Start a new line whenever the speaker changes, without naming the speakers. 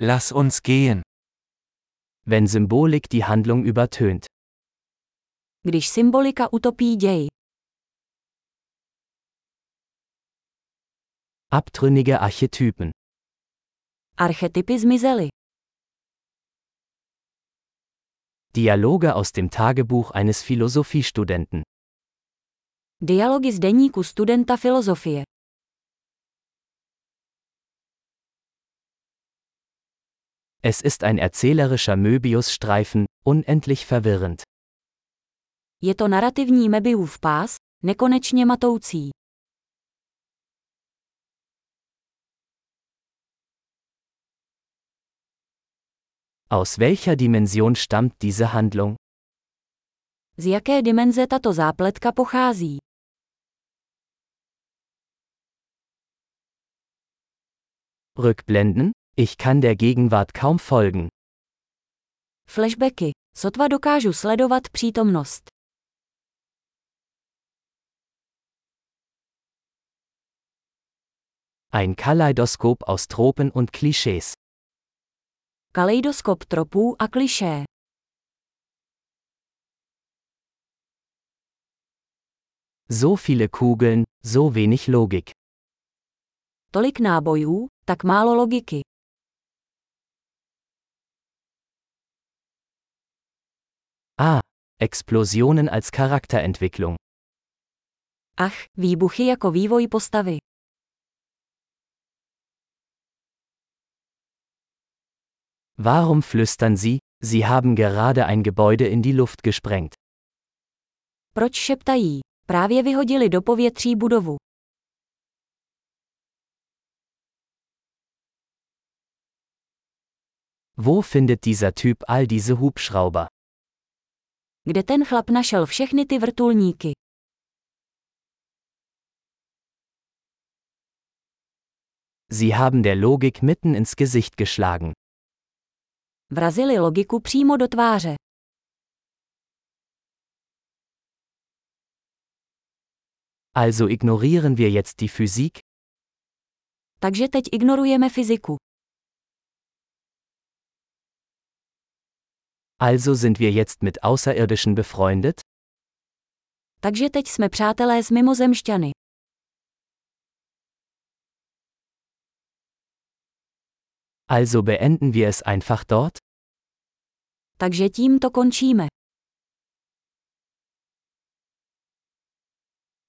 Lass uns gehen. Wenn Symbolik die Handlung übertönt.
Když symbolika utopí děj,
Abtrünnige Archetypen.
archetypy zmizely.
Dialoge aus dem Tagebuch eines Philosophiestudenten.
Dialogy z deníku studenta filozofie.
Es ist ein erzählerischer Möbiusstreifen, unendlich verwirrend.
Je to narrativní Mebiův pás, nekonečně matoucí.
Aus welcher Dimension stammt diese Handlung?
Z jaké dimenze tato zápletka pochází?
Rückblenden? Ich kann der Gegenwart kaum folgen.
Flashbacky. Sotva dokážu sledovat přítomnost.
Ein Kaleidoskop aus Tropen und Klischees.
Kaleidoskop tropů a klišé.
So viele Kugeln, so wenig Logik.
Tolik nábojů, tak málo logiky.
Ah, Explosionen als Charakterentwicklung.
Ach, výbuchy jako vývoj postavy.
Warum flüstern Sie, Sie haben gerade ein Gebäude in die Luft gesprengt?
Proč šeptají? Právě vyhodili do povětří budovu.
Wo findet dieser Typ all diese Hubschrauber?
Kde ten chlap našel všechny ty vrtulníky?
Sie haben der Logik mitten ins Gesicht geschlagen.
Vrazili logiku přímo do tváře.
Also ignorieren wir jetzt die Physik?
Takže teď ignorujeme fyziku.
Also sind wir jetzt mit Außerirdischen befreundet?
Takže teď jsme přátelé s mimozemšťany.
Also beenden wir es einfach dort?
Takže tím to končíme.